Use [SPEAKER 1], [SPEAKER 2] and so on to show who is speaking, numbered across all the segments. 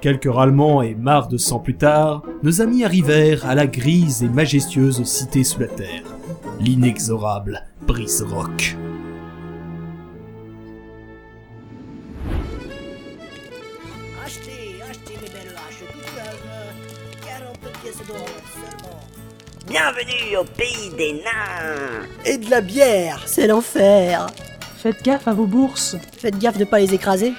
[SPEAKER 1] quelques râlements et marre de sang plus tard, nos amis arrivèrent à la grise et majestueuse cité sous la terre, l'inexorable Brise Rock.
[SPEAKER 2] Achetez, achetez mes belles haches toutes neuves. 40 pièces d'or seulement.
[SPEAKER 3] Bienvenue au pays des nains
[SPEAKER 2] Et de la bière, c'est l'enfer.
[SPEAKER 4] Faites gaffe à vos bourses.
[SPEAKER 2] Faites gaffe de pas les écraser.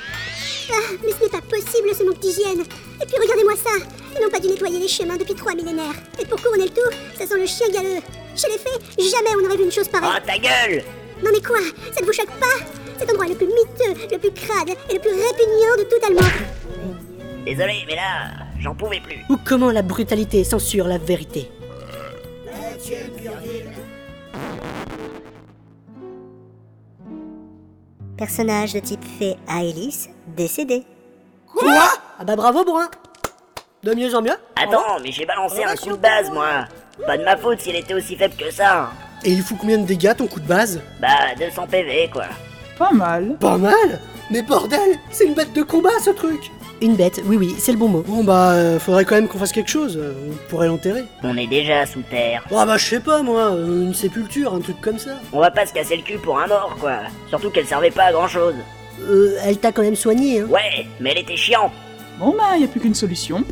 [SPEAKER 5] Ah, mais ce n'est pas possible ce manque d'hygiène. Et puis regardez-moi ça. Ils n'ont pas dû nettoyer les chemins depuis trois millénaires. Et pour couronner le tout, ça sent le chien galeux. Chez les fées, jamais on n'aurait vu une chose
[SPEAKER 3] Oh
[SPEAKER 5] pareille.
[SPEAKER 3] ta gueule
[SPEAKER 5] Non mais quoi Ça ne vous choque pas Cet endroit est le plus miteux, le plus crade et le plus répugnant de tout Allemand.
[SPEAKER 3] Désolé, mais là, j'en pouvais plus.
[SPEAKER 2] Ou comment la brutalité censure la vérité.
[SPEAKER 5] Personnage de type fée à hélice, décédé.
[SPEAKER 2] Quoi Ah bah bravo, Brun. De mieux en mieux.
[SPEAKER 3] Attends, mais j'ai balancé un coup de base, moi Pas de ma faute s'il était aussi faible que ça
[SPEAKER 2] Et il fout combien de dégâts ton coup de base
[SPEAKER 3] Bah, 200 PV, quoi
[SPEAKER 4] Pas mal.
[SPEAKER 6] Pas mal Mais bordel C'est une bête de combat ce truc
[SPEAKER 2] Une bête, oui, oui, c'est le bon mot.
[SPEAKER 6] Bon bah, euh, faudrait quand même qu'on fasse quelque chose, euh, on pourrait l'enterrer.
[SPEAKER 3] On est déjà sous terre.
[SPEAKER 6] Ah bah je sais pas moi, euh, une sépulture, un truc comme ça.
[SPEAKER 3] On va pas se casser le cul pour un mort, quoi Surtout qu'elle servait pas à grand-chose.
[SPEAKER 2] Euh, elle t'a quand même soigné, hein.
[SPEAKER 3] Ouais, mais elle était chiante
[SPEAKER 4] Bon bah, y a plus qu'une solution.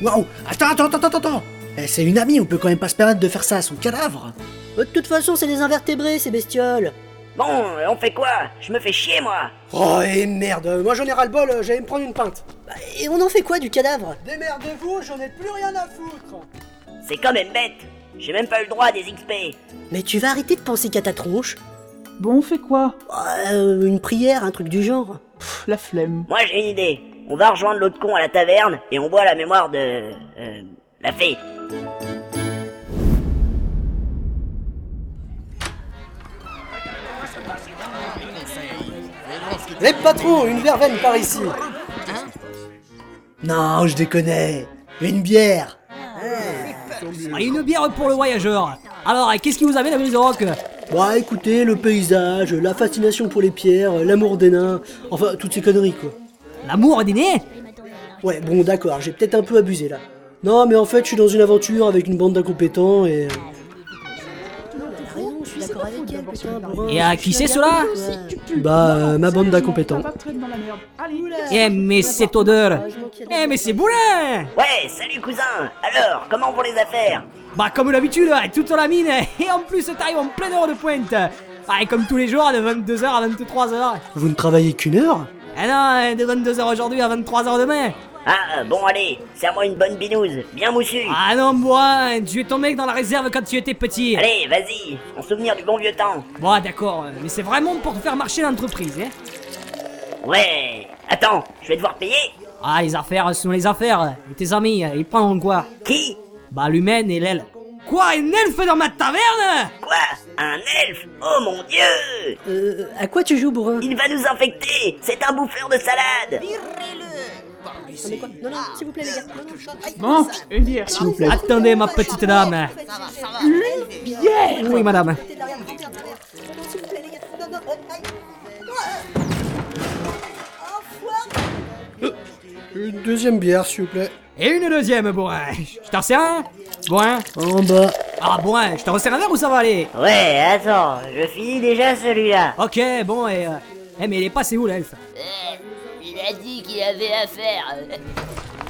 [SPEAKER 6] Waouh Attends, attends, attends, attends, attends Eh, C'est une amie, on peut quand même pas se permettre de faire ça à son cadavre
[SPEAKER 2] Euh, de toute façon, c'est des invertébrés, ces bestioles.
[SPEAKER 3] Bon, euh, on fait quoi Je me fais chier, moi
[SPEAKER 6] Oh et merde, moi j'en ai ras le bol, euh, j'allais me prendre une pinte.
[SPEAKER 2] Et on en fait quoi du cadavre
[SPEAKER 6] Démerdez-vous, j'en ai plus rien à foutre
[SPEAKER 3] C'est quand même bête J'ai même pas eu le droit à des XP
[SPEAKER 2] Mais tu vas arrêter de penser qu'à ta tronche.
[SPEAKER 4] Bon, on fait quoi
[SPEAKER 2] Euh, une prière, un truc du genre.
[SPEAKER 4] Pff, la flemme.
[SPEAKER 3] Moi, j'ai une idée On va rejoindre l'autre con à la taverne, et on boit la mémoire de... euh, la fée
[SPEAKER 6] Les patrons, une verveine par ici Non, je déconne Une bière
[SPEAKER 7] Une bière pour le voyageur. Alors, qu'est-ce qui vous amène à Brise Rock
[SPEAKER 6] Bah écoutez, le paysage, la fascination pour les pierres, l'amour des nains, enfin toutes ces conneries quoi.
[SPEAKER 7] L'amour des nez
[SPEAKER 6] Ouais, bon d'accord, j'ai peut-être un peu abusé là. Non mais en fait je suis dans une aventure avec une bande d'incompétents et...
[SPEAKER 2] je suis d'accord avec elle, putain,
[SPEAKER 7] Et à qui c'est cela
[SPEAKER 6] Bah euh, ma bande d'incompétents.
[SPEAKER 7] Eh, mais cette odeur Eh, mais c'est boulin
[SPEAKER 3] Ouais, salut cousin Alors, comment vont les affaires
[SPEAKER 7] Bah, comme d'habitude, toute la mine, et en plus, t'arrives en pleine heure de pointe Ah, et comme tous les jours, de 22h à 23h
[SPEAKER 6] Vous ne travaillez qu'une heure
[SPEAKER 7] Ah non, de 22h aujourd'hui à 23h demain
[SPEAKER 3] Ah, bon allez, serre-moi une bonne binouse, bien moussue
[SPEAKER 7] Ah non, moi, tu es ton mec dans la réserve quand tu étais petit
[SPEAKER 3] Allez, vas-y, en souvenir du bon vieux temps
[SPEAKER 7] Bon, d'accord, mais c'est vraiment pour faire marcher l'entreprise, hein
[SPEAKER 3] Ouais Attends, je vais devoir payer
[SPEAKER 7] Ah, les affaires sont les affaires, et tes amis, ils prennent quoi
[SPEAKER 3] Qui
[SPEAKER 7] Bah, l'humaine et l'aile. Quoi, un elfe dans ma taverne
[SPEAKER 3] Quoi Un elfe Oh mon dieu
[SPEAKER 2] Euh, à quoi tu joues, bourrin
[SPEAKER 3] Il va nous infecter C'est un bouffeur de salade
[SPEAKER 2] Non, non, s'il vous plaît, les gars.
[SPEAKER 4] Bon, une bière, s'il vous plaît.
[SPEAKER 7] Attendez, ma petite dame. Une bière Oui, madame.
[SPEAKER 6] Une deuxième bière s'il vous plaît.
[SPEAKER 7] Et une deuxième, bourrin. Je t'en sers un Bourrin
[SPEAKER 6] En bas.
[SPEAKER 7] Ah, bourrin, je t'en resserre un verre ou ça va aller
[SPEAKER 3] Ouais, attends, je finis déjà celui-là
[SPEAKER 7] Ok, bon, et... euh, Eh, mais il est passé où, l'elfe
[SPEAKER 8] Il a dit qu'il avait affaire.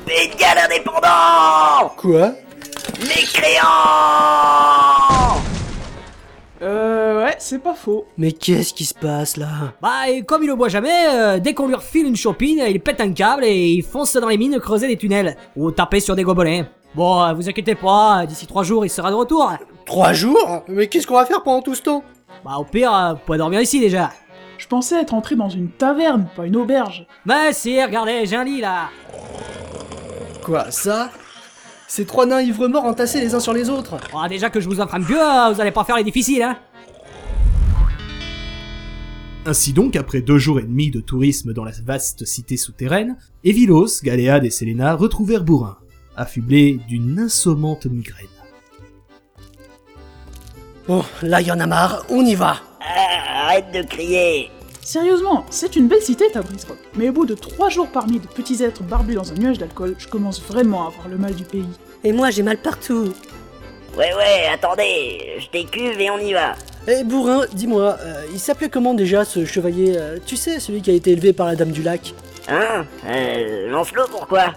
[SPEAKER 3] Pédale indépendant
[SPEAKER 6] Quoi
[SPEAKER 3] Mécréant
[SPEAKER 4] Euh, ouais, c'est pas faux.
[SPEAKER 6] Mais qu'est-ce qui se passe là
[SPEAKER 7] Bah, et comme il le boit jamais, euh, dès qu'on lui refile une chopine, il pète un câble et il fonce dans les mines creuser des tunnels ou taper sur des gobelins. Bon, euh, vous inquiétez pas, d'ici trois jours, il sera de retour.
[SPEAKER 6] Trois jours Mais qu'est-ce qu'on va faire pendant tout ce temps
[SPEAKER 7] Bah, au pire, euh, vous pouvez dormir ici déjà.
[SPEAKER 4] Je pensais être entré dans une taverne, pas une auberge.
[SPEAKER 7] Mais si, regardez, j'ai un lit là.
[SPEAKER 6] Quoi ça Ces trois nains ivres morts entassés les uns sur les autres
[SPEAKER 7] Oh, déjà que je vous offre un vieux, euh, vous allez pas faire les difficiles, hein.
[SPEAKER 1] Ainsi donc, après deux jours et demi de tourisme dans la vaste cité souterraine, Evilos, Galéade et Selena retrouvèrent Bourrin, affublés d'une insommante migraine.
[SPEAKER 6] Bon, Oh, là y en a marre, on y va
[SPEAKER 3] Ah, Arrête de crier
[SPEAKER 4] Sérieusement, c'est une belle cité, Tabrisco. Mais au bout de trois jours parmi de petits êtres barbus dans un nuage d'alcool, je commence vraiment à avoir le mal du pays.
[SPEAKER 6] Et moi, j'ai mal partout.
[SPEAKER 3] Ouais, ouais, attendez, je décuve et on y va.
[SPEAKER 6] Eh, bourrin, dis-moi, euh, il s'appelait comment déjà ce chevalier euh, Tu sais, celui qui a été élevé par la Dame du Lac
[SPEAKER 3] Hein euh, Lancelot, pourquoi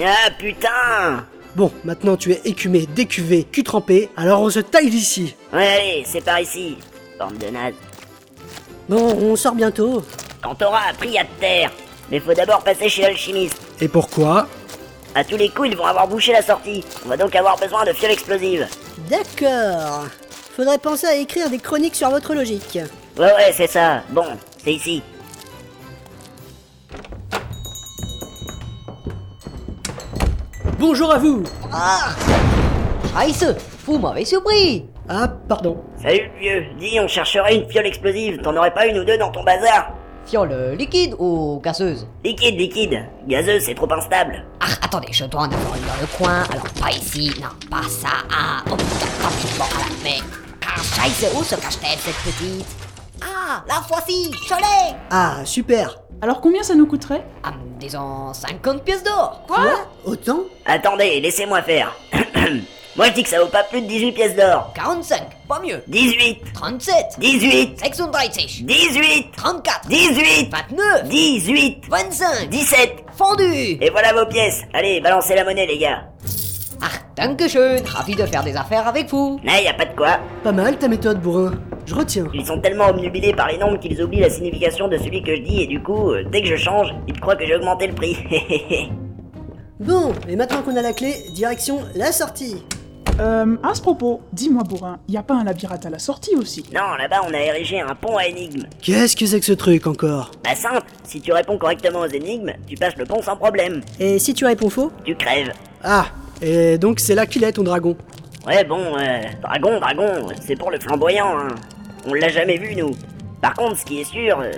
[SPEAKER 3] Ah, putain
[SPEAKER 6] Bon, maintenant tu es écumé, décuvé, cul trempé, alors on se taille d'ici.
[SPEAKER 3] Ouais, allez, c'est par ici. Bande de nazes.
[SPEAKER 6] Bon, on sort bientôt.
[SPEAKER 3] Quand t'auras appris à te taire, mais faut d'abord passer chez l'alchimiste.
[SPEAKER 6] Et pourquoi
[SPEAKER 3] À tous les coups, ils vont avoir bouché la sortie. On va donc avoir besoin de fioles explosives.
[SPEAKER 9] D'accord. Faudrait penser à écrire des chroniques sur votre logique.
[SPEAKER 3] Ouais, ouais, c'est ça. Bon, c'est ici.
[SPEAKER 6] Bonjour à vous
[SPEAKER 9] Aïe, vous m'avez surpris.
[SPEAKER 6] Ah, pardon.
[SPEAKER 3] Salut, le vieux. Dis, on chercherait une fiole explosive. T'en aurais pas une ou deux dans ton bazar
[SPEAKER 9] Fiole liquide ou gasseuse
[SPEAKER 3] Liquide, liquide. Gazeuse, c'est trop instable.
[SPEAKER 8] Ah, attendez, je dois en avoir une dans le coin. Alors, pas ici, non, pas ça. Ah, oh putain, tant pis, bon, alors, mais. Ah, Scheiße, où se cache-t-elle, cette petite Ah, la voici, je l'ai
[SPEAKER 6] Ah, super
[SPEAKER 4] Alors combien ça nous coûterait
[SPEAKER 8] Ah, disons 50 pièces d'or.
[SPEAKER 4] Quoi
[SPEAKER 6] Ah, Autant
[SPEAKER 3] Attendez, laissez-moi faire. Moi, je dis que ça vaut pas plus de 18 pièces d'or.
[SPEAKER 8] 45, pas mieux.
[SPEAKER 3] 18
[SPEAKER 8] 37,
[SPEAKER 3] 18
[SPEAKER 8] 36,
[SPEAKER 3] 18
[SPEAKER 8] 34,
[SPEAKER 3] 18
[SPEAKER 8] 29,
[SPEAKER 3] 18
[SPEAKER 8] 25,
[SPEAKER 3] 17
[SPEAKER 8] Fondu
[SPEAKER 3] Et voilà vos pièces. Allez, balancez la monnaie, les gars.
[SPEAKER 8] Ah, Dankeschön, ravi de faire des affaires avec vous.
[SPEAKER 3] Là, y a pas de quoi.
[SPEAKER 6] Pas mal ta méthode, bourrin. Je retiens.
[SPEAKER 3] Ils sont tellement obnubilés par les nombres qu'ils oublient la signification de celui que je dis et du coup, euh, dès que je change, ils croient que j'ai augmenté le prix.
[SPEAKER 6] Bon, et maintenant qu'on a la clé, direction la sortie.
[SPEAKER 4] Euh, à ce propos, dis-moi, Bourrin, y a pas un labyrinthe à la sortie aussi
[SPEAKER 3] non, là-bas, on a érigé un pont à énigmes.
[SPEAKER 6] Qu'est-ce que c'est que ce truc encore
[SPEAKER 3] Bah simple, si tu réponds correctement aux énigmes, tu passes le pont sans problème.
[SPEAKER 6] Et si tu réponds faux
[SPEAKER 3] Tu crèves.
[SPEAKER 6] Ah, et donc c'est là qu'il est ton dragon.
[SPEAKER 3] Ouais, bon, euh, dragon, dragon, c'est pour le flamboyant, hein. On l'a jamais vu, nous. Par contre, ce qui est sûr, euh,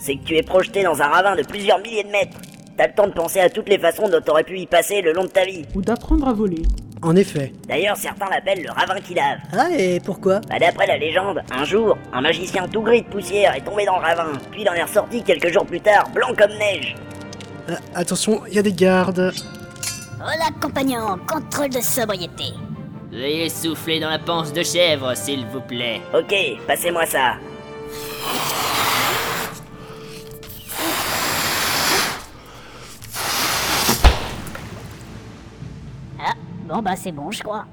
[SPEAKER 3] c'est que tu es projeté dans un ravin de plusieurs milliers de mètres. T'as le temps de penser à toutes les façons dont t'aurais pu y passer le long de ta vie.
[SPEAKER 4] Ou d'apprendre à voler
[SPEAKER 6] En effet.
[SPEAKER 3] D'ailleurs, certains l'appellent le ravin qui lave.
[SPEAKER 6] Ah, et pourquoi
[SPEAKER 3] Bah, d'après la légende, un jour, un magicien tout gris de poussière est tombé dans le ravin, puis il en est ressorti quelques jours plus tard, blanc comme neige.
[SPEAKER 6] Euh, Attention, il y a des gardes.
[SPEAKER 5] Hola, compagnon, contrôle de sobriété.
[SPEAKER 10] Veuillez souffler dans la panse de chèvre, s'il vous plaît.
[SPEAKER 3] Ok, passez-moi ça.
[SPEAKER 9] Ah, bon bah c'est bon, je crois.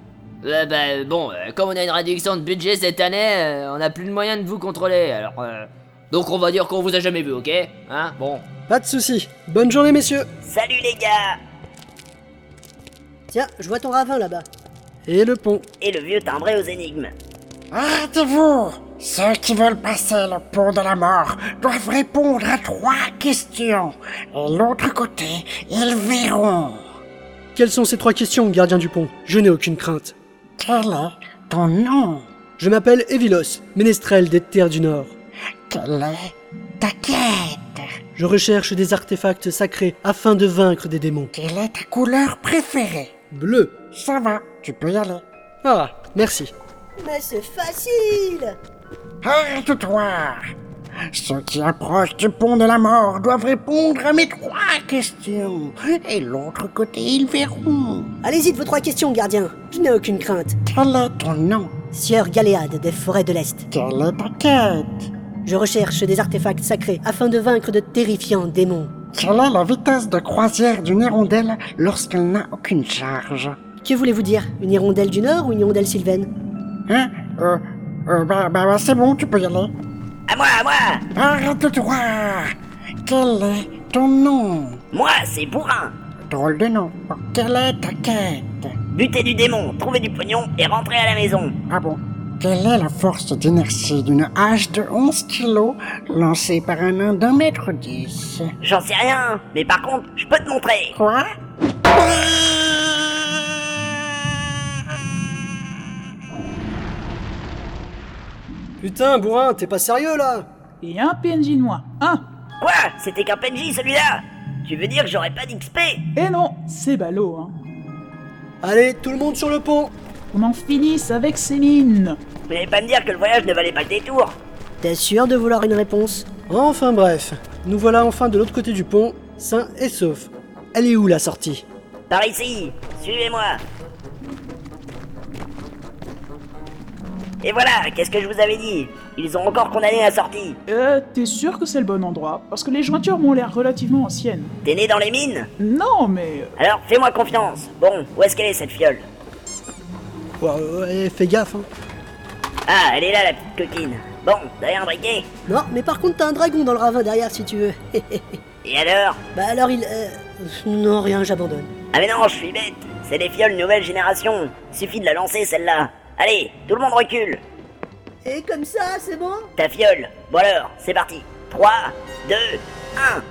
[SPEAKER 10] Euh, bah, euh, bon, euh, comme on a une réduction de budget cette année, euh, on n'a plus le moyen de vous contrôler, alors... euh, donc on va dire qu'on vous a jamais vu, ok Hein Bon.
[SPEAKER 6] Pas de souci. Bonne journée, messieurs.
[SPEAKER 3] Salut les gars
[SPEAKER 9] Tiens, je vois ton ravin là-bas.
[SPEAKER 6] Et le pont.
[SPEAKER 3] Et le vieux timbré aux énigmes.
[SPEAKER 11] Arrêtez-vous Ceux qui veulent passer le pont de la mort doivent répondre à trois questions. Et l'autre côté, ils verront.
[SPEAKER 6] Quelles sont ces trois questions, gardien du pont Je n'ai aucune crainte.
[SPEAKER 11] Quel est ton nom
[SPEAKER 6] Je m'appelle Evilos, ménestrel des terres du Nord.
[SPEAKER 11] Quelle est ta quête
[SPEAKER 6] Je recherche des artefacts sacrés afin de vaincre des démons.
[SPEAKER 11] Quelle est ta couleur préférée
[SPEAKER 6] Bleu.
[SPEAKER 11] Ça va, tu peux y aller.
[SPEAKER 6] Ah, merci.
[SPEAKER 9] Mais c'est facile
[SPEAKER 11] Arrête-toi Ceux qui approchent du pont de la mort doivent répondre à mes trois questions. Et l'autre côté, ils verront.
[SPEAKER 9] Allez-y de vos trois questions, gardien. Je n'ai aucune crainte.
[SPEAKER 11] Quel est ton nom
[SPEAKER 9] Sieur Galéade des forêts de l'Est.
[SPEAKER 11] Quelle est ta quête
[SPEAKER 9] Je recherche des artefacts sacrés afin de vaincre de terrifiants démons.
[SPEAKER 11] Quelle est la vitesse de croisière d'une hirondelle lorsqu'elle n'a aucune charge
[SPEAKER 9] Que voulez-vous dire Une hirondelle du Nord ou une hirondelle sylvaine
[SPEAKER 11] Hein euh, euh, bah, bah, bah, c'est bon, tu peux y aller.
[SPEAKER 3] À moi, à moi
[SPEAKER 11] Arrête-toi Ah, Quel est ton nom
[SPEAKER 3] Moi, c'est Bourrin
[SPEAKER 11] Drôle de nom. Quelle est ta quête
[SPEAKER 3] Buter du démon, trouver du pognon et rentrer à la maison.
[SPEAKER 11] Ah bon Quelle est la force d'inertie d'une hache de 11 kilos lancée par un nain d'un mètre 10
[SPEAKER 3] J'en sais rien, mais par contre, je peux te montrer.
[SPEAKER 11] Quoi
[SPEAKER 6] Putain, bourrin, t'es pas sérieux là
[SPEAKER 4] Et un PNJ de hein? moins. Un
[SPEAKER 3] Quoi C'était qu'un PNJ celui-là Tu veux dire que j'aurais pas d'XP
[SPEAKER 4] Et Eh non, c'est ballot, hein.
[SPEAKER 6] Allez, tout le monde sur le pont
[SPEAKER 4] On en finisse avec ces mines
[SPEAKER 3] Vous n'allez pas me dire que le voyage ne valait pas le détour
[SPEAKER 2] T'es sûr de vouloir une réponse
[SPEAKER 6] Enfin bref, nous voilà enfin de l'autre côté du pont, sains et saufs. Elle est où la sortie
[SPEAKER 3] Par ici Suivez-moi Et voilà, qu'est-ce que je vous avais dit Ils ont encore condamné la sortie
[SPEAKER 4] Euh, t'es sûr que c'est le bon endroit Parce que les jointures m'ont l'air relativement anciennes.
[SPEAKER 3] T'es né dans les mines
[SPEAKER 4] Non, mais... euh,
[SPEAKER 3] Alors fais-moi confiance Bon, où est-ce qu'elle est cette fiole
[SPEAKER 6] Ouais, ouais, fais gaffe. Hein.
[SPEAKER 3] Ah, elle est là la petite coquine Bon, derrière un briquet
[SPEAKER 2] Non, mais par contre, t'as un dragon dans le ravin derrière si tu veux.
[SPEAKER 3] Et alors
[SPEAKER 2] bah alors il... euh, Non, rien, j'abandonne.
[SPEAKER 3] Ah mais non, je suis bête C'est des fioles nouvelle génération Suffit de la lancer celle-là Allez, tout le monde recule
[SPEAKER 2] Et comme ça, c'est bon
[SPEAKER 3] Ta fiole Bon alors, c'est parti 3, 2, 1